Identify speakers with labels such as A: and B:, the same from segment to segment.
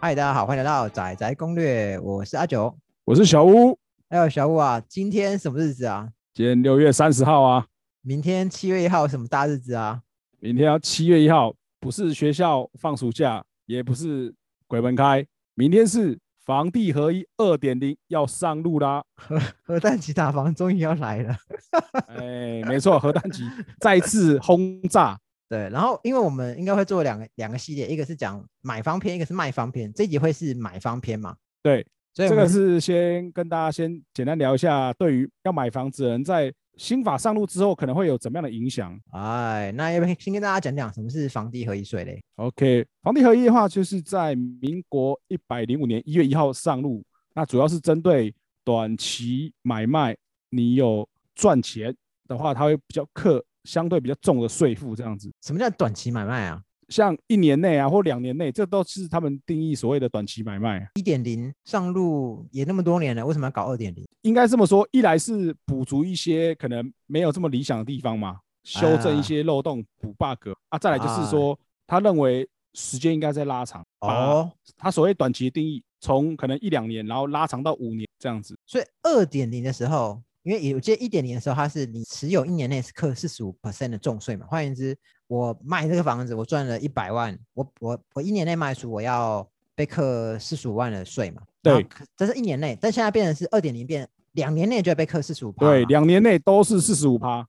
A: 嗨，大家好，欢迎来到仔仔攻略，我是阿九，
B: 我是小屋。
A: 还有小五啊，今天什么日子啊？
B: 今天六月三十号啊，
A: 明天七月一号什么大日子啊？
B: 明天要七月一号，不是学校放暑假，也不是鬼门开，明天是房地合一二点零要上路 啦。
A: 核弹级打房终于要来了。
B: 哎，没错，核弹级再次轰 炸。
A: 对，然后因为我们应该会做两个两个系列，一个是讲买方篇，一个是卖方篇，这集会是买方篇嘛？
B: 对，
A: 所以
B: 这
A: 我
B: 个
A: 们
B: 是先跟大家先简单聊一下，对于要买房子的人在新法上路之后可能会有怎么样的影响。
A: 哎，那要不要先跟大家讲讲什么是房地合一税嘞？
B: OK，房地合一的话，就是在民国一百零五年一月一号上路，那主要是针对短期买卖，你有赚钱的话，它会比较课相对比较重的税负这样子。
A: 什么叫短期买卖啊？
B: 像一年内啊，或两年内，这都是他们定义所谓的短期买卖。啊
A: 一点零上路也那么多年了，为什么要搞二点零？
B: 应该这么说，一来是补足一些可能没有这么理想的地方嘛，修正
A: 啊
B: 一些漏洞、补 bug 啊，再来就
A: 啊
B: 是说，他认为时间应该在拉长，把
A: 哦，
B: 它所谓短期的定义，从可能一两年，然后拉长到五年这样子。
A: 所以二点零的时候，因为我记得一点零的时候，它是你持有一年内是课四十五 percent 的重税嘛。换言之，我卖这个房子，我赚了一百万，我我我一年内卖出，我要被课四十五万的税嘛。然后
B: 对
A: 可，这是一年内，但现在变成是二点零变两年内就要被课四十五。
B: 对，两年内都是四十五趴。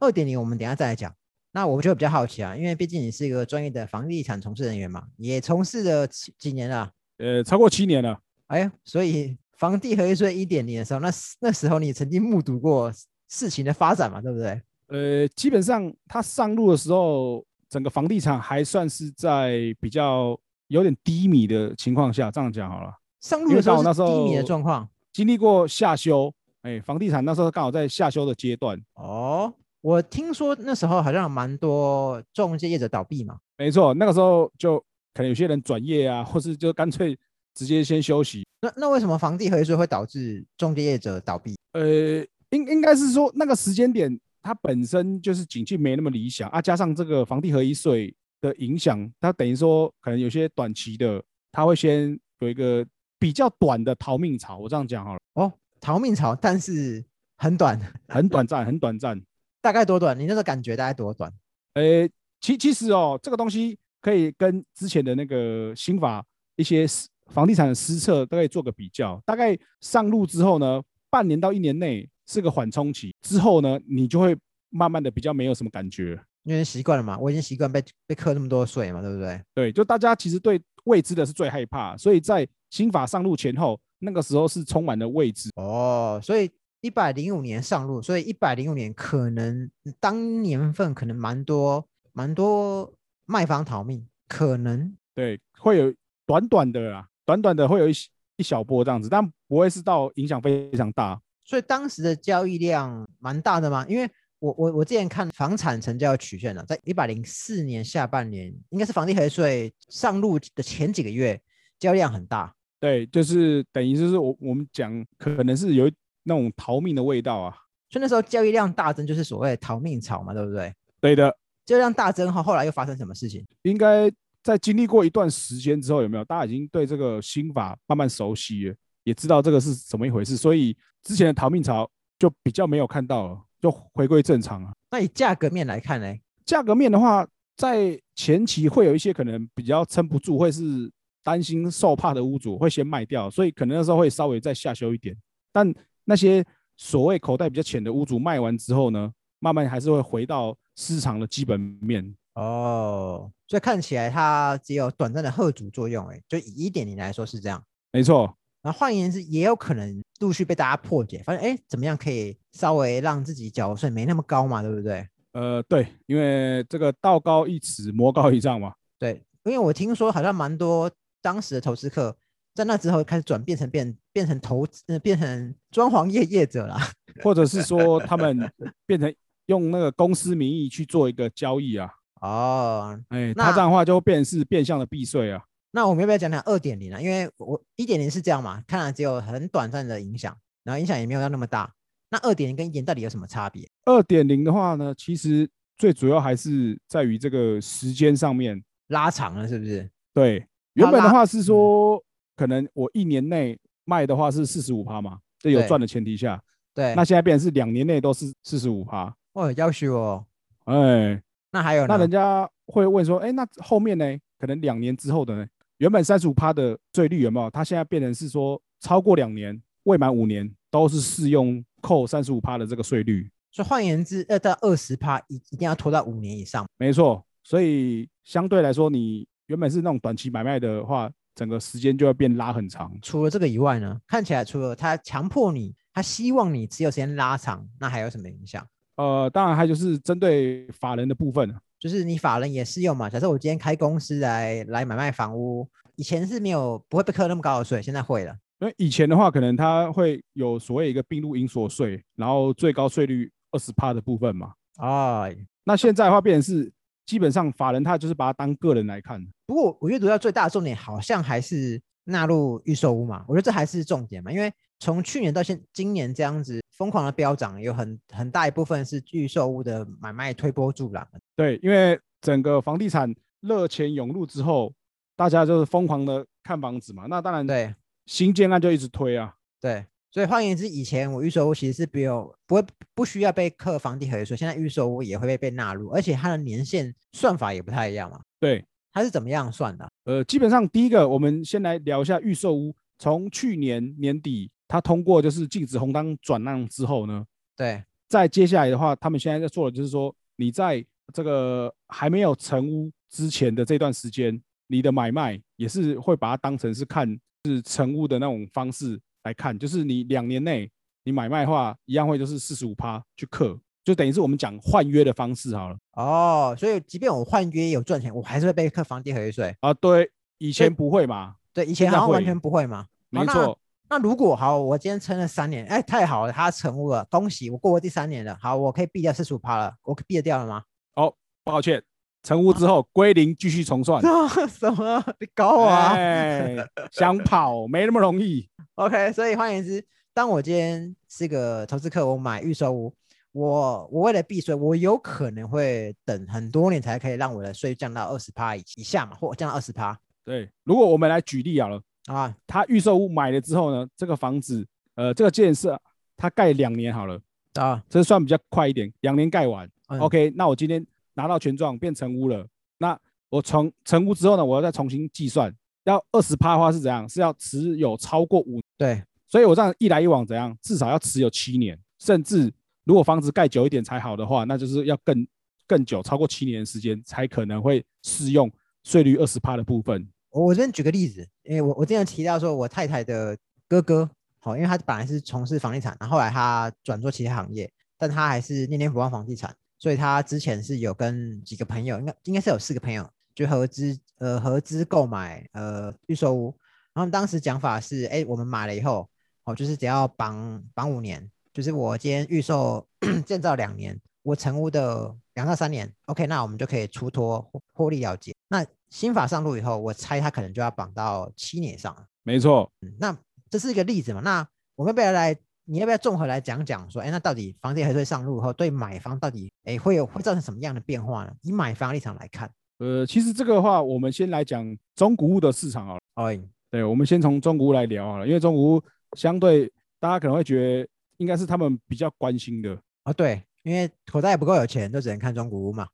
A: 二点零我们等一下再来讲。那我就比较好奇啊，因为毕竟你是一个专业的房地产从事人员嘛，也从事了几几年了啊、
B: 呃，超过七年了。
A: 哎，所以房地合一税一点零的时候，那时那时候你曾经目睹过事情的发展嘛，对不对？
B: 呃，基本上它上路的时候，整个房地产还算是在比较有点低迷的情况下，这样讲好了。
A: 上
B: 因
A: 路
B: 为
A: 的时
B: 像
A: 候
B: 我那
A: 是
B: 时
A: 低迷的
B: 候
A: 状况
B: 经历过下修，哎，房地产那时候刚好在下修的阶段。
A: 哦。我听说那时候好像蛮多中介业者倒闭嘛，
B: 没错，那个时候就可能有些人转业啊，或是就干脆直接先休息。
A: 那那为什么房地合一税会导致中介业者倒闭？
B: 呃，应应该是说那个时间点，它本身就是景气没那么理想啊，加上这个房地合一税的影响，它等于说可能有些短期的，它会先有一个比较短的逃命潮，我这样讲好了，
A: 哦，逃命潮，但是很短，
B: 很短暂，很短暂。
A: 大概多短？你那个感觉大概多短？
B: 呃，其其实哦，这个东西可以跟之前的那个新法一些施房地产的施策都可以做个比较，大概上路之后呢，半年到一年内是个缓冲期，之后呢，你就会慢慢的比较没有什么感觉。
A: 因为习惯了嘛，我已经习惯被被课那么多税嘛，对不对？
B: 对，就大家其实对未知的是最害怕，所以在新法上路前后，那个时候是充满了未知。
A: 哦，所以一百零五年上路，所以一百零五年可能当年份可能蛮多蛮多卖方逃命，可能
B: 对，会有短短的啦，短短的会有一小一小波这样子，但不会是到影响非常大。
A: 所以当时的交易量蛮大的嘛，因为我我我之前看房产成交曲线呢、啊在一百零四年下半年，应该是房地合税上路的前几个月，交易量很大。
B: 对，就是等于就是我我们讲，可能是有一那种逃命的味道啊。
A: 所以那时候交易量大增，就是所谓的逃命潮嘛，对不对？
B: 对的，
A: 交易量大增后，后来又发生什么事情？
B: 应该在经历过一段时间之后，有没有大家已经对这个新法慢慢熟悉了，也知道这个是怎么一回事，所以之前的逃命潮就比较没有看到了，就回归正常啊了。
A: 那以价格面来看呢，
B: 价格面的话，在前期会有一些可能比较撑不住，会是担心受怕的屋主会先卖掉，所以可能那时候会稍微再下修一点。但那些所谓口袋比较浅的屋主卖完之后呢，慢慢还是会回到市场的基本面。
A: 哦，所以看起来它只有短暂的贺主作用，哎，就以一点零来说是这样。
B: 没错，
A: 然后换言之，也有可能陆续被大家破解，发现哎，诶怎么样可以稍微让自己缴税没那么高嘛，对不对？
B: 呃，对，因为这个道高一尺，魔高一丈嘛。
A: 对，因为我听说好像蛮多当时的投资客在那之后开始转变成变变成投资、呃，变成装潢业业者啦。
B: 或者是说他们变成用那个公司名义去做一个交易啊，
A: 哦，
B: 哎，
A: 那
B: 他这样的话就会变成是变相的避税啊。
A: 那我们要不要讲讲二点零啊？因为我一点零是这样嘛，看来只有很短暂的影响，然后影响也没有到那么大。那二点零跟一点到底有什么差别？
B: 二点零的话呢，其实最主要还是在于这个时间上面，
A: 拉长了是不是？
B: 对原本的
A: 拉
B: 话是说，可能我一年内卖的话是四十五趴嘛，这有
A: 对
B: 赚的前提下，
A: 对，
B: 那现在变成是两年内都是四十五趴，
A: 哦，要许我，
B: 哎，
A: 那还有
B: 那
A: 呢
B: 人？家会问说，哎，那后面呢？可能两年之后的呢？原本三十五趴的税率有没有？它现在变成是说，超过两年未满五年都是适用扣三十五趴的这个税率，
A: 所以换言之，要到二十趴，一一定要拖到五年以上。
B: 没错。所以相对来说，你原本是那种短期买卖的话，整个时间就会变拉很长。
A: 除了这个以外呢，看起来除了他强迫你，他希望你持有时间拉长，那还有什么影响？
B: 呃，当然还就是针对法人的部分啊，
A: 就是你法人也适用嘛。假设我今天开公司来来买卖房屋，以前是没有不会被课那么高的税，现在会了。
B: 因为以前的话，可能它会有所谓一个并入营所税，然后最高税率二十趴的部分嘛。
A: 哦，
B: 那现在的话，变成是基本上法人他就是把它当个人来看，
A: 不过我阅读到最大的重点好像还是纳入预售屋嘛，我觉得这还是重点嘛，因为从去年到现今年这样子疯狂的飙涨，有很很大一部分是预售屋的买卖推波助澜。
B: 对，因为整个房地产热钱涌入之后，大家就是疯狂的看房子嘛。那当然，，
A: 对
B: 新建案就一直推啊。
A: 对，所以换言之，以前我预售屋其实是不用不会不需要被课房地合一税，现在预售屋也会被被纳入，而且它的年限算法也不太一样嘛，
B: 对，
A: 它是怎么样算的啊？
B: 呃，基本上第一个，我们先来聊一下预售屋。从去年年底，它通过就是禁止红单转让之后呢，
A: 对
B: 再接下来的话，他们现在在做的就是说，你在这个还没有成屋之前的这段时间，你的买卖也是会把它当成是看是成屋的那种方式来看，就是你两年内你买卖的话，一样会就是四十五趴去克，就等于是我们讲换约的方式好了
A: 哦，所以即便我换约有赚钱，我还是会被课房地合一税。
B: 啊。对，以
A: 所以
B: 前不会嘛，
A: 对，以
B: 现
A: 前
B: 在
A: 好像完
B: 会
A: 全不会嘛。好
B: 没
A: 那
B: 错，
A: 那如果好，我今天撑了三年，哎，太好了，它成功了，恭喜我过过第三年了。好，我可以避掉四十五趴了，我可以避得掉了吗？
B: 抱歉，成屋之后归零继续重 算。
A: 什么？你搞我啊、
B: 哎，想跑没那么容易。
A: o k 所以换言之，当我今天是个投资客，我买预售屋，我我为了避税，我有可能会等很多年才可以让我的税降到二十趴以以下嘛，或降到二十趴
B: 对，如果我们来举例好了。
A: 啊。
B: 他预售屋买了之后呢，这个房子，呃，这个建设他盖两年好了，
A: 啊，
B: 这算比较快一点，两年盖完。
A: 嗯
B: OK，那我今天拿到权状变成屋了，那我从成屋之后呢，我要再重新计算，要二十趴的话是怎样？是要持有超过五，
A: 对，
B: 所以我这样一来一往怎样？至少要持有七年，甚至如果房子盖久一点才好的话，那就是要更更久，超过七年的时间才可能会适用税率二十趴的部分。
A: 我我这边举个例子，因为我我之前有提到说我太太的哥哥，好、因为他本来是从事房地产，然后后来他转做其他行业，但他还是念念不忘房地产，所以他之前是有跟几个朋友，应该应该是有四个朋友，就合资呃合资购买呃预售屋，然后当时讲法是，哎，我们买了以后，哦，就是只要绑绑五年，就是我今天预售 建造两年，我成屋的两到三年，OK，那我们就可以出脱获获利了结。那新法上路以后，我猜它可能就要绑到七年以上了。
B: 没错，
A: 嗯那这是一个例子嘛？那我们要不要来？你要不要综合来讲讲说，哎，那到底房地合税上路后，对买方到底哎会有会造成什么样的变化呢？以买方立场来看，
B: 呃，其实这个的话，我们先来讲中古物的市场好了。
A: 哦，
B: 对，我们先从中古屋来聊好了，因为中古屋相对大家可能会觉得应该是他们比较关心的。
A: 哦对，因为口袋不够有钱，就只能看中古屋嘛。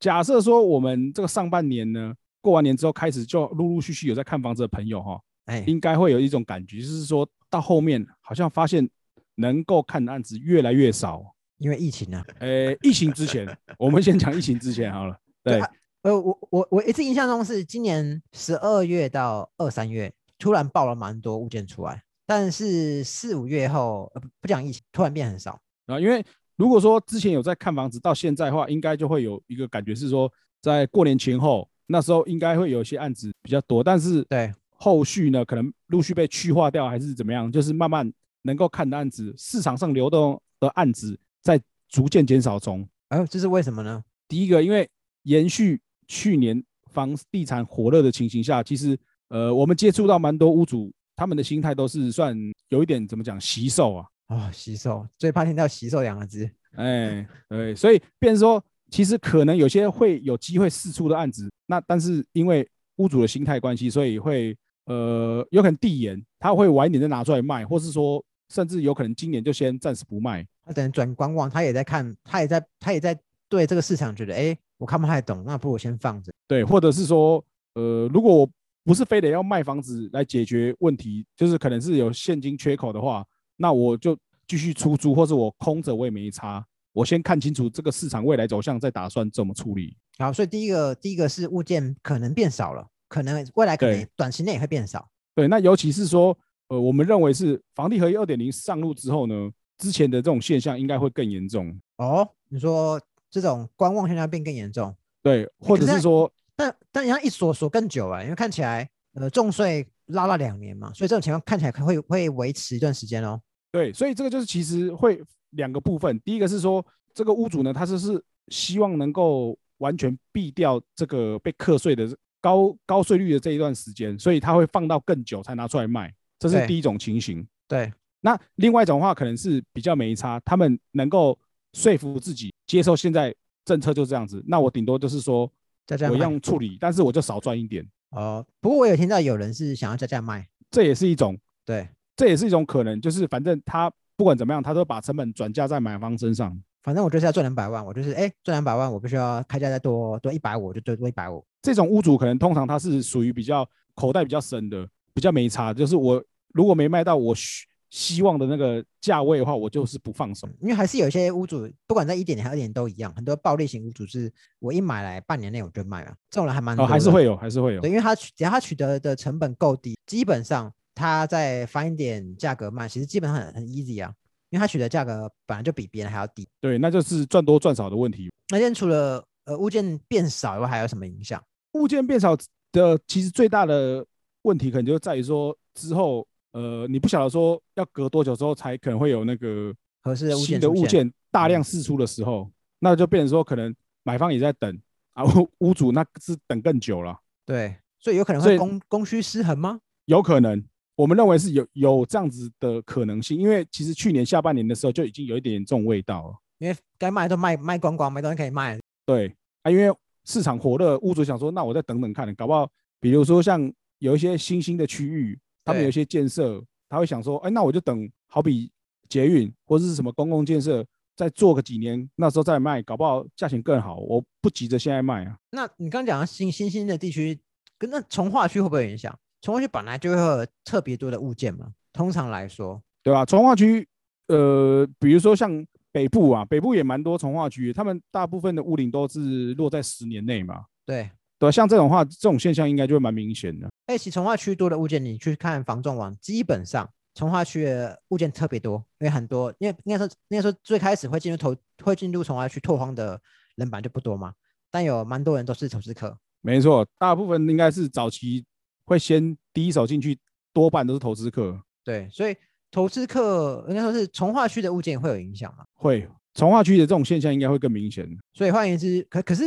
B: 假设说我们这个上半年呢，过完年之后开始就陆陆续续有在看房子的朋友哈、
A: 哎，
B: 应该会有一种感觉，就是说到后面好像发现能够看的案子越来越少。
A: 因为疫情啊，
B: 呃，疫情之前，我们先讲疫情之前好了。对，
A: 呃，我我我一直印象中是今年十二月到二三月突然爆了蛮多物件出来，但是四五月后，呃，不不讲疫情，突然变很少。
B: 啊，因为如果说之前有在看房子，到现在的话，应该就会有一个感觉是说，在过年前后那时候应该会有一些案子比较多，但是
A: 对，
B: 后续呢，可能陆续被去化掉还是怎么样，就是慢慢能够看的案子，市场上流动的案子在逐渐减少中。
A: 哎、这是为什么呢？
B: 第一个，因为延续去年房地产火热的情形下，其实呃，我们接触到蛮多屋主，他们的心态都是算有一点怎么讲，惜售啊，
A: 哦，洗手，最怕听到“洗手”两个字。
B: 哎，对，所以变成说，其实可能有些会有机会试出的案子，那但是因为屋主的心态关系，所以会呃有可能递延，他会晚一点再拿出来卖，或是说甚至有可能今年就先暂时不卖。
A: 他等转观望，他也在看，他也在他也在对这个市场觉得，哎，我看不太懂，那不如我先放着。
B: 对，或者是说，呃，如果我不是非得要卖房子来解决问题，就是可能是有现金缺口的话，那我就继续出租，或是我空着我也没差，我先看清楚这个市场未来走向，再打算怎么处理。
A: 好，所以第一个第一个是物件可能变少了，可能未来可能
B: 对
A: 也短期内也会变少。
B: 对，那尤其是说，呃，我们认为是房地合一二点零上路之后呢，之前的这种现象应该会更严重。
A: 哦，你说这种观望现象变更严重，
B: 对，或者
A: 可
B: 是
A: 是
B: 说，
A: 但但人家一锁锁更久啊，因为看起来呃重税拉了两年嘛，所以这种情况看起来可会会维持一段时间哦。
B: 对，所以这个就是其实会两个部分，第一个是说这个屋主呢，他就是希望能够完全避掉这个被课税的这高高税率的这一段时间，所以他会放到更久才拿出来卖，这是
A: 对
B: 第一种情形。
A: 对，
B: 那另外一种的话，可能是比较没差，他们能够说服自己接受现在政策就这样子，那我顶多就是说
A: 再这样
B: 我一
A: 卖
B: 样处理，但是我就少赚一点，
A: 哦。不过我有听到有人是想要加价卖，
B: 这也是一种，
A: 对，
B: 这也是一种可能，就是反正他不管怎么样，他都把成本转嫁在买方身上。
A: 反正我就是要赚两百万，我就是哎赚两百万，我必须要开价再多多一百五，我就多多一百五。
B: 这种屋主可能通常他是属于比较口袋比较深的，比较没差，就是我如果没卖到我希希望的那个价位的话，我就是不放手。
A: 因为还是有一些屋主，不管在一点零还是二点都一样，很多暴力型屋主是我一买来半年内我就卖了，这种人还蛮多
B: 哦，
A: 的、
B: 还是会有，还是会有
A: 对，。因为他取只要他取得的成本够低，基本上他在翻一点价格卖，其实基本上很很 easy 啊，因为他取得价格本来就比别人还要低。
B: 对，那就是赚多赚少的问题。
A: 那现在除了呃物件变少以外，还有什么影响？
B: 物件变少的，其实最大的问题可能就在于说之后，呃，你不晓得说要隔多久之后才可能会有那个
A: 合适的物
B: 新
A: 件
B: 的
A: 出
B: 物
A: 现
B: 件大量
A: 嗯
B: 释出的时候，那就变成说可能买方也在等啊，屋屋主那是等更久了。
A: 对，所以有可能
B: 所
A: 会
B: 以
A: 供供需失衡吗？
B: 有可能，我们认为是有有这样子的可能性，因为其实去年下半年的时候就已经有一点这种味道了。
A: 因为该卖都卖卖光光，没东西可以卖了。
B: 对啊，因为市场火热，屋主想说，那我再等等看，搞不好，比如说像有一些新兴的区域，他们
A: 对
B: 有一些建设，他会想说，哎，那我就等，好比捷运或者是什么公共建设，再做个几年，那时候再卖，搞不好价钱更好，我不急着现在卖啊。
A: 那你刚讲的新新兴的地区，跟那从化区会不会有影响？从化区本来就会有特别多的物件嘛，通常来说，
B: 对吧、从化区，呃，比如说像北部啊，北部也蛮多从化区，他们大部分的屋龄都是落在十年内嘛，
A: 对。
B: 对吧、像这种话，这种现象应该就会蛮明显的。
A: 哎，其实从化区多的物件，你去看房仲网，基本上从化区的物件特别多，因为很多，因为应该说应该说最开始会进入投会进入从化区拓荒的人本来就不多嘛，但有蛮多人都是投资客，
B: 没错，大部分应该是早期会先第一手进去，多半都是投资客，
A: 对，所以投资客应该说是从化区的物件会有影响嘛。
B: 会从化区的这种现象应该会更明显。
A: 所以换言之，可可是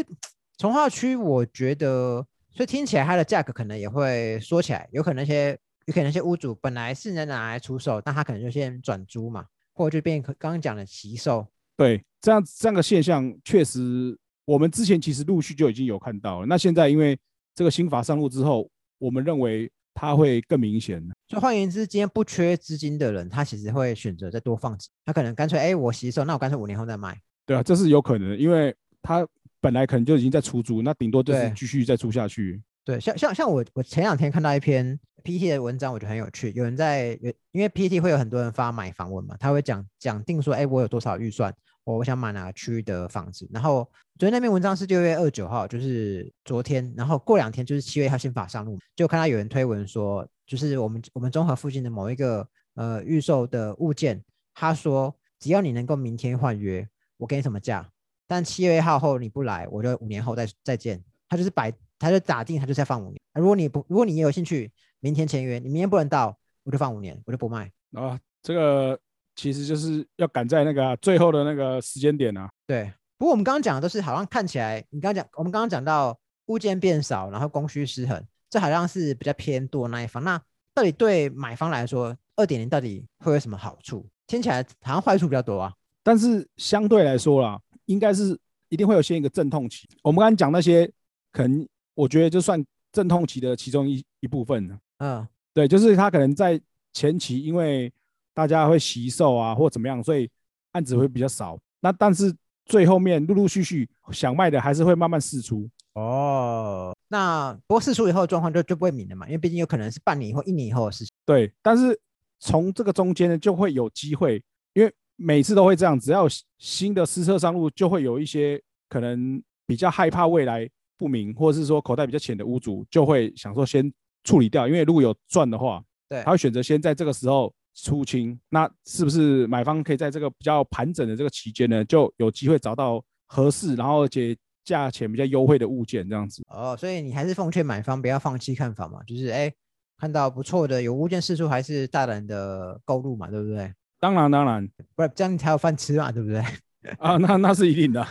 A: 从化区，我觉得，所以听起来它的价格可能也会缩起来，有可能一些有可能一些屋主本来是能拿来出售，但他可能就先转租嘛，或者就变可刚刚讲的惜售。
B: 对，这样这样的现象确实，我们之前其实陆续就已经有看到了。那现在因为这个新法上路之后，我们认为它会更明显。
A: 所以换言之，今天不缺资金的人，他其实会选择再多放几，他可能干脆哎我惜售，那我干脆五年后再卖。
B: 对啊，这是有可能的，因为他本来可能就已经在出租，那顶多就是
A: 对
B: 继续再租下去。
A: 对，像像像我我前两天看到一篇 PPT 的文章，我觉得很有趣。有人在有因为 PPT 会有很多人发买房文嘛，他会讲讲定说，哎，我有多少预算，我我想买哪个区域的房子。然后昨天那篇文章是六月二九号，就是昨天，然后过两天就是七月一号新法上路，就看到有人推文说，就是我们我们中和附近的某一个呃预售的物件，他说只要你能够明天换约，我给你什么价，但七月一号后你不来，我就五年后再再见。他就是摆，他就打定，他就是要放五年。啊如果你不，如果你也有兴趣，明天签约，你明天不能到，我就放五年，我就不卖。
B: 啊，这个其实就是要赶在那个啊、最后的那个时间点啊。
A: 对，不过我们刚刚讲的都是好像看起来，你刚刚讲，我们刚刚讲到物件变少，然后供需失衡，这好像是比较偏多那一方。那到底对买方来说，二点零到底会有什么好处？听起来好像坏处比较多啊。
B: 但是相对来说啦，应该是一定会有先一个阵痛期。我们刚才讲那些，可能我觉得就算阵痛期的其中一一部分呢。
A: 嗯
B: 对，就是他可能在前期，因为大家会惜售啊，或怎么样，所以案子会比较少。那但是最后面陆陆续续想卖的还是会慢慢释出。
A: 哦，那不过试出以后的状况就就不会明了嘛，因为毕竟有可能是半年以后、一年以后的事情。
B: 对，但是从这个中间呢，就会有机会，因为每次都会这样，只要有新新的私车上路，就会有一些可能比较害怕未来不明，或者是说口袋比较浅的屋主，就会想说先处理掉，因为如果有赚的话，
A: 对
B: 他会选择先在这个时候出清。那是不是买方可以在这个比较盘整的这个期间呢，就有机会找到合适，然后而且价钱比较优惠的物件这样子？
A: 哦，所以你还是奉劝买方不要放弃看房嘛，就是哎，看到不错的有物件试出，还是大胆的购入嘛，对不对？
B: 当然，当然
A: 不然这样你才有饭吃嘛，对不对？
B: 啊，那那是一定的。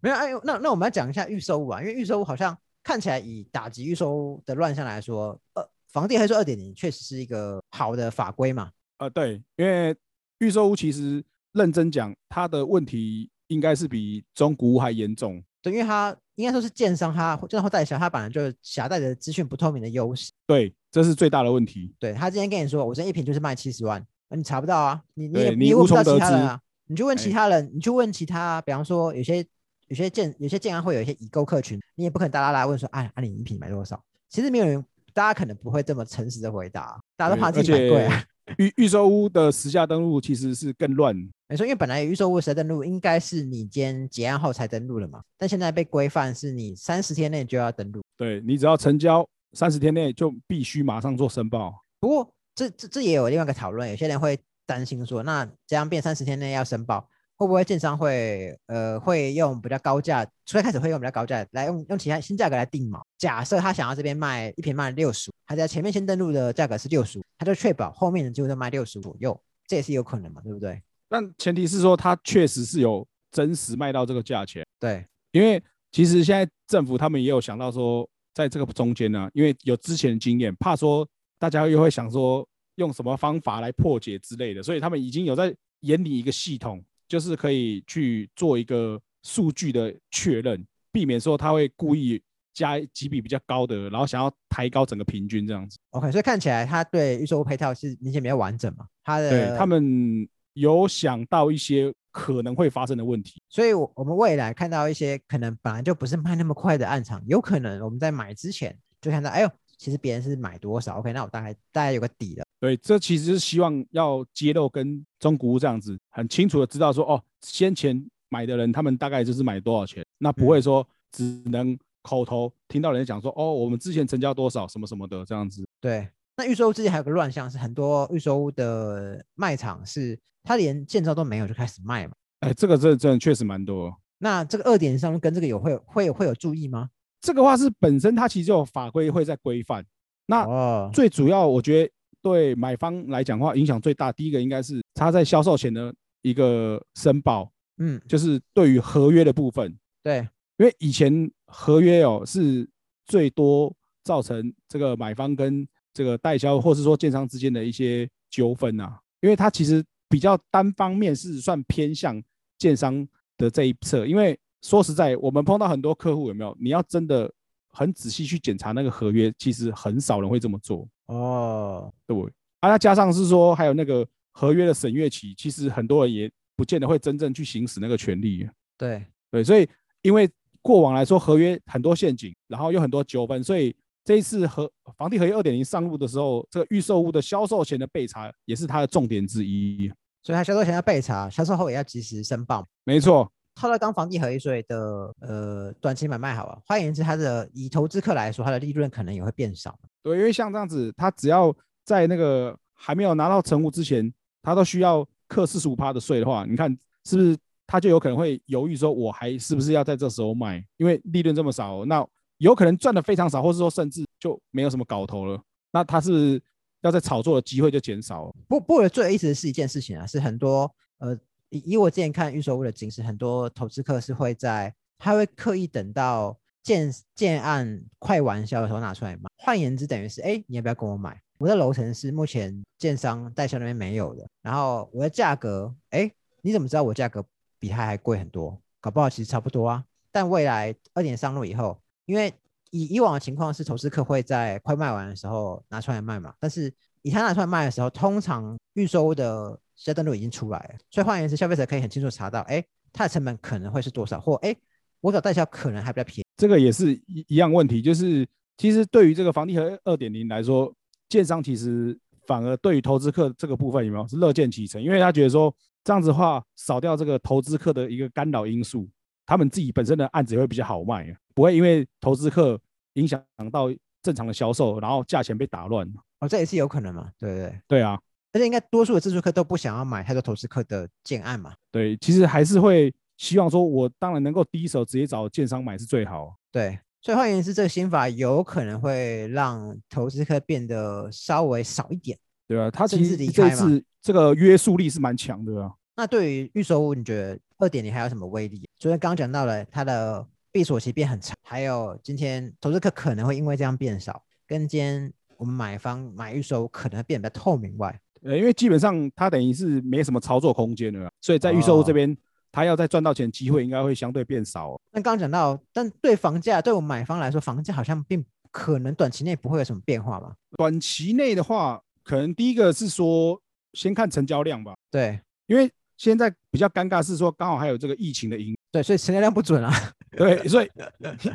A: 没有哎，那那我们要讲一下预售屋啊，因为预售屋好像看起来以打击预售屋的乱象来说，呃，房地合一税二点零确实是一个好的法规嘛。
B: 呃，对，因为预售屋其实认真讲，它的问题应该是比中古屋还严重。
A: 对，因为它应该说是建商它建商代销，它本来就是狭带的资讯不透明的优势。
B: 对，这是最大的问题。
A: 对他今天跟你说，我这一瓶就是卖七十万，那你查不到啊，你你也
B: 对
A: 你也
B: 你
A: 问
B: 无
A: 不到
B: 从
A: 其
B: 得
A: 他人
B: 知
A: 啊，你去问其
B: 哎
A: 他人，你去问其他，比方说有些有些建有些建安会有一些已购客群，你也不可能大拉拉问说，哎，啊你一瓶买多少？其实没有人，大家可能不会这么诚实的回答，大家都
B: 对
A: 怕自
B: 而
A: 己买贵
B: 且
A: 啊。
B: 预预售屋的实价登录其实是更乱。
A: 没错，因为本来预售物实登录应该是你今天结案后才登录的嘛，但现在被规范是你三十天内就要登录。
B: 对你只要成交三十天内就必须马上做申报。
A: 不过这这这也有另外一个讨论，有些人会担心说，那这样变三十天内要申报，会不会建商会呃会用比较高价，最开始会用比较高价来用用其他新价格来定锚？假设他想要这边卖一瓶卖六十，他在前面先登录的价格是六十，他就确保后面的几乎都卖六十左右，这也是有可能嘛，对不对？
B: 但前提是说，它确实是有真实卖到这个价钱。
A: 对，
B: 因为其实现在政府他们也有想到说，在这个中间呢、因为有之前的经验，怕说大家又会想说用什么方法来破解之类的，所以他们已经有在研拟一个系统，就是可以去做一个数据的确认，避免说他会故意加几笔比较高的，然后想要抬高整个平均这样子。
A: OK，所以看起来他对预售物配套是明显比较完整嘛，他的
B: 对他们有想到一些可能会发生的问题。
A: 所以，我我们未来看到一些可能本来就不是卖那么快的暗场，有可能我们在买之前就看到，哎呦，其实别人是买多少，OK，那我大概大概有个底了。
B: 对，这其实是希望要揭露跟中古屋这样子，很清楚的知道说，哦，先前买的人他们大概就是买多少钱，那不会说只能口头听到人家讲说，哦，我们之前成交多少什么什么的这样子。
A: 对，那预售屋之前还有个乱象是，很多预售屋的卖场是它连建造都没有就开始卖嘛。
B: 哎，这个这真的确实蛮多。
A: 那这个二点上面跟这个有会有会有会有注意吗？
B: 这个话是本身它其实就有法规会在规范，那
A: 哦，
B: 最主要我觉得对买方来讲的话，影响最大，第一个应该是他在销售前的一个申报，
A: 嗯，
B: 就是对于合约的部分。
A: 对，
B: 因为以前合约哦是最多造成这个买方跟这个代销或是说建商之间的一些纠纷啊，因为它其实比较单方面是算偏向建商的这一侧，因为说实在，我们碰到很多客户有没有？你要真的很仔细去检查那个合约，其实很少人会这么做，
A: 哦，
B: 对不对？啊，那加上是说还有那个合约的审阅期，其实很多人也不见得会真正去行使那个权利、
A: 对，
B: 对，所以因为过往来说合约很多陷阱，然后有很多纠纷，所以这一次和房地合一二点零上路的时候，这个预售屋的销售前的备查也是它的重点之一。
A: 所以它销售前要备查，销售后也要及时申报。
B: 没错，
A: 套到刚房地合一税的呃短期买卖好了，换言之，它的以投资客来说，它的利润可能也会变少。
B: 对，因为像这样子，他只要在那个还没有拿到成屋之前，他都需要课四十五趴的税的话，你看是不是他就有可能会犹豫说，我还是不是要在这时候卖？因为利润这么少，那有可能赚的非常少，或是说甚至就没有什么搞头了。那他是不是要在炒作的机会就减少了。
A: 不不，我最有意思的是一件事情啊，是很多呃，以以我之前看预售屋的经验，很多投资客是会在他会刻意等到建建案快完销的时候拿出来卖。换言之，等于是哎，诶你要不要跟我买？我的楼层是目前建商代销那边没有的，然后我的价格，哎，你怎么知道我价格比他还贵很多？搞不好其实差不多啊。但未来二点上路以后，因为以以往的情况是，投资客会在快卖完的时候拿出来卖嘛，但是以他拿出来卖的时候，通常预收的下单都已经出来了，所以换言之，消费者可以很清楚查到，哎，它的成本可能会是多少，或哎，我找代销可能还比较便宜。
B: 这个也是一一样问题，就是其实对于这个房地合二点零来说，建商其实反而对于投资客这个部分有没有是乐见其成，因为他觉得说这样子的话，少掉这个投资客的一个干扰因素，他们自己本身的案子也会比较好卖，啊不会因为投资客影响到正常的销售，然后价钱被打乱。
A: 哦，这也是有可能嘛，对不对？
B: 对啊，
A: 而且应该多数的自住客都不想要买太多投资客的建案嘛，
B: 对，其实还是会希望说，我当然能够第一手直接找建商买是最好。啊
A: 对。所以换言之，这个新法有可能会让投资客变得稍微少一点。
B: 对啊，他
A: 甚
B: 其
A: 至
B: 实
A: 离
B: 这
A: 开嘛
B: 次这个约束力是蛮强的啊。
A: 那对于预售屋，你觉得二点零还有什么威力？昨天刚刚讲到了它的闭锁期变很长，还有今天投资客可能会因为这样变少，跟今天我们买方买预售屋可能会变得比较透明外，
B: 呃，因为基本上它等于是没什么操作空间了啊，所以在预售屋这
A: 哦
B: 边，它要再赚到钱机会应该会相对变少哦。
A: 那刚刚讲到，但对房价，对我们买方来说，房价好像并可能短期内不会有什么变化嘛？
B: 短期内的话，可能第一个是说先看成交量吧，
A: 对
B: 因为现在比较尴尬是说刚好还有这个疫情的影，
A: 对，所以成交量不准啊。
B: 对，所 以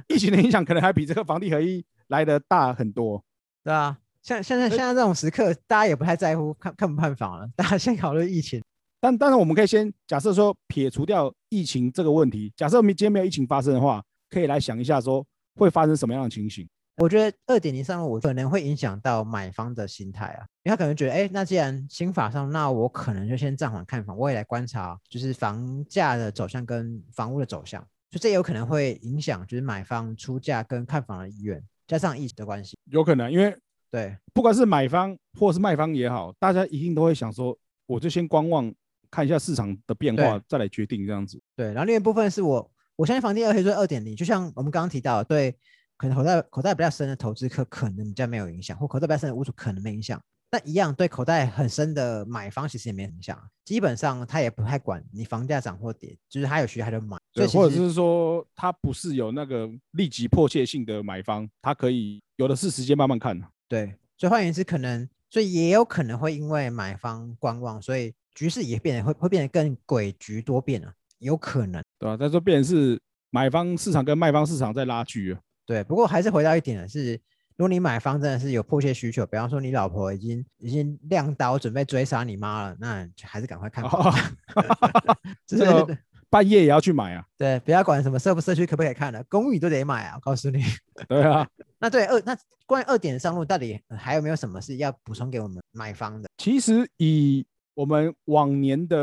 B: 疫情的影响可能还比这个房地合一来的大很多。
A: 对啊，像现在现在这种时刻，大家也不太在乎看看不看房了，大家先考虑疫情。
B: 但但是我们可以先假设说撇除掉疫情这个问题，假设我们今天没有疫情发生的话，可以来想一下说会发生什么样的情形。
A: 我觉得二点零上路，我可能会影响到买方的心态啊，因为他可能觉得，哎，那既然新法上，那我可能就先暂缓看房，我也来观察，就是房价的走向跟房屋的走向，就这也有可能会影响就是买方出价跟看房的意愿，加上疫情的关系，
B: 有可能因为
A: 对
B: 不管是买方或是卖方也好，大家一定都会想说，我就先观望看一下市场的变化
A: 对，
B: 再来决定这样子。
A: 对。然后另一部分是我，我相信房地产黑税二点零，就像我们刚刚提到的，对可能口袋口袋比较深的投资客可能比较没有影响，或口袋比较深的屋主可能没影响。那一样对口袋很深的买方其实也没影响，基本上他也不太管你房价涨或跌，就是他有需要他就买。所
B: 对，
A: 以
B: 或者
A: 其实
B: 是说，他不是有那个立即迫切性的买方，他可以有的是时间慢慢看。啊
A: 对，所以换言之，可能所以也有可能会因为买方观望，所以局势也变得会会变得更诡谲多变啊，有可能。
B: 对吧、啊？但说变成是买方市场跟卖方市场在拉锯啊了。
A: 对，不过还是回到一点了是，如果你买房真的是有迫切需求，比方说你老婆已经已经亮刀准备追杀你妈了，那就还是赶快看房， 就
B: 哦这个
A: 是
B: 半夜也要去买啊。
A: 对，不要管什么社不社区可不可以看了，公寓都得买啊！我告诉你，
B: 对啊，
A: 那对二那关于二点上路到底呃还有没有什么是要补充给我们买房的？
B: 其实以我们往年的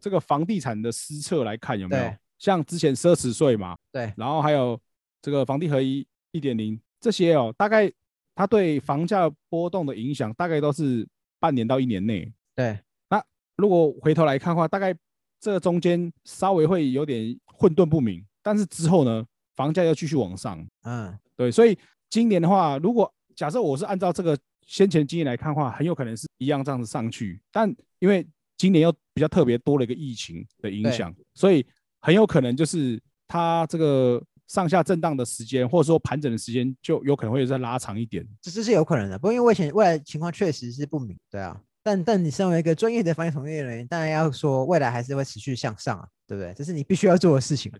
B: 这个房地产的施策来看，有没有
A: 对
B: 像之前奢侈税嘛？
A: 对
B: 然后还有这个房地合一一点零这些哦，大概它对房价波动的影响大概都是半年到一年内。
A: 对
B: 如果回头来看的话，大概这中间稍微会有点混沌不明，但是之后呢，房价又继续往上。
A: 嗯
B: 对，所以今年的话，如果假设我是按照这个先前经验来看的话，很有可能是一样这样子上去，但因为今年又比较特别多了一个疫情的影
A: 对
B: 响，所以很有可能就是它这个上下震荡的时间，或者说盘整的时间，就有可能会再拉长一点。
A: 这这是有可能的，不过因为前未来情况确实是不明，对啊。但但你身为一个专业的房地产从业人员，当然要说未来还是会持续向上啊，对不对？这是你必须要做的事情。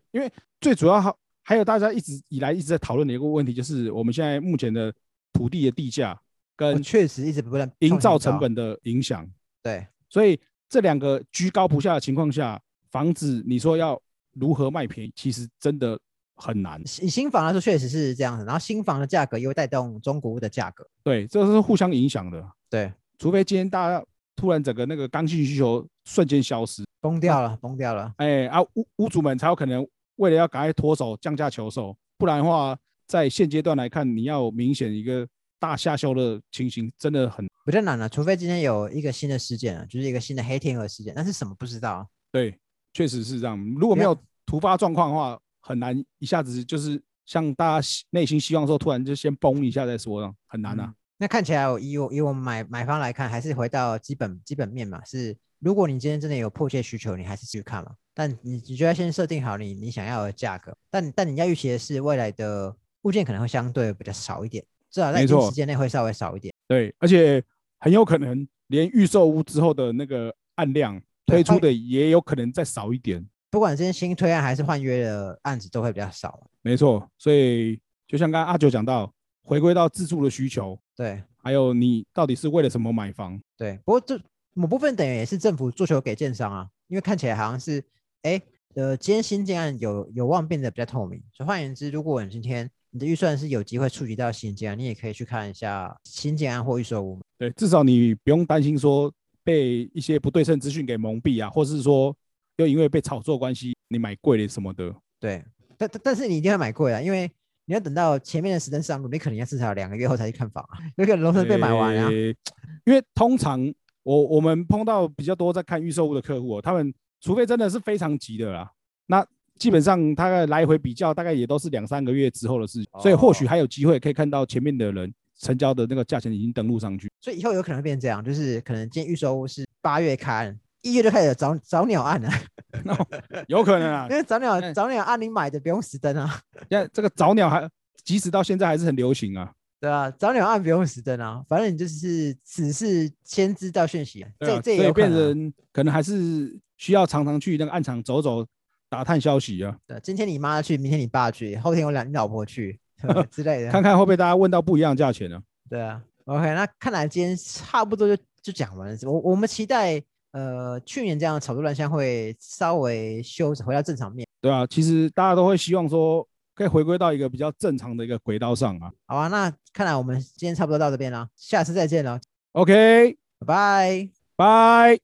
B: 最主要还还有大家一直以来一直在讨论的一个问题，就是我们现在目前的土地的地价
A: 我
B: 跟
A: 哦确实一直不断
B: 营
A: 创
B: 造
A: 新
B: 成
A: 高，
B: 本的影响。
A: 对
B: 所以这两个居高不下的情况下，房子你说要如何卖便宜，其实真的很难。
A: 新以新房来说确实是这样子，然后新房的价格又带动中古屋的价格，
B: 对，这是互相影响的。
A: 对，
B: 除非今天大家突然整个那个刚性需求瞬间消失，
A: 崩掉了，崩掉了，
B: 哎啊，屋屋主们才有可能为了要赶快脱手降价求售，不然的话，在现阶段来看，你要有明显一个大下修的情形，真的很
A: 比较难了。除非今天有一个新的事件了，就是一个新的黑天鹅事件，但是什么不知道啊。
B: 对，确实是这样。如果没有突发状况的话，很难一下子就是像大家希内心希望说，突然就先崩一下再说，这样很难啊
A: 嗯。那看起来我以我以我们买买方来看，还是回到基本基本面嘛，是如果你今天真的有迫切需求，你还是去看嘛。但你你就要先设定好你你想要的价格，但但你要预期的是未来的物件可能会相对比较少一点，至少在
B: 没
A: 一定
B: 错
A: 时间内会稍微少一点。
B: 对，而且很有可能连预售屋之后的那个案量
A: 对
B: 推出
A: 换
B: 的也有可能再少一点。
A: 不管是新推案还是换约的案子，都会比较少。
B: 没错，所以就像刚刚阿九讲到，回归到自住的需求，
A: 对
B: 还有你到底是为了什么买房？
A: 对，不过这某部分等于也是政府做球给建商啊，因为看起来好像是，哎，呃，今天新建案有有望变得比较透明。所以换言之，如果你今天你的预算是有机会触及到新建案，你也可以去看一下新建案或预售屋嘛。
B: 对，至少你不用担心说被一些不对称资讯给蒙蔽啊，或是说又因为被炒作关系你买贵了什么的。
A: 对，但但但是你一定要买贵啊，因为你要等到前面的时间上路，你可能要至少两个月后才去看房啊， 有可能楼层被买完啊
B: 呃。因为通常我我们碰到比较多在看预售屋的客户、哦，他们除非真的是非常急的啦，那基本上大概来回比较，大概也都是两三个月之后的事情，所以或许
A: 哦
B: 还有机会可以看到前面的人成交的那个价钱已经登录上去。
A: 所以以后有可能会变这样，就是可能今天预售屋是八月开案，一月就开始有早早鸟案了，
B: 有可 能啊
A: 因，为早鸟
B: 嗯
A: 早鸟案你买的不用实登啊，
B: 现在这个早鸟还即使到现在还是很流行啊。
A: 对啊，早鸟案不用实登啊，反正你就是只是先知道讯息，
B: 对啊
A: 这这也
B: 所以
A: 有可
B: 变
A: 能啊。
B: 成可能还是需要常常去那个暗场走走，打探消息啊，
A: 对，今天你妈去，明天你爸去，后天我两你老婆去 之类的。
B: 看看会不会大家问到不一样的价钱呢、啊？
A: 对啊，OK，那看来今天差不多就就讲完了。我我们期待呃去年这样的炒作乱象会稍微修回到正常面。
B: 对啊，其实大家都会希望说，可以回归到一个比较正常的一个轨道上啊。
A: 好啊，那看来我们今天差不多到这边了，下次再见了，
B: OK，
A: 拜拜。
B: 拜。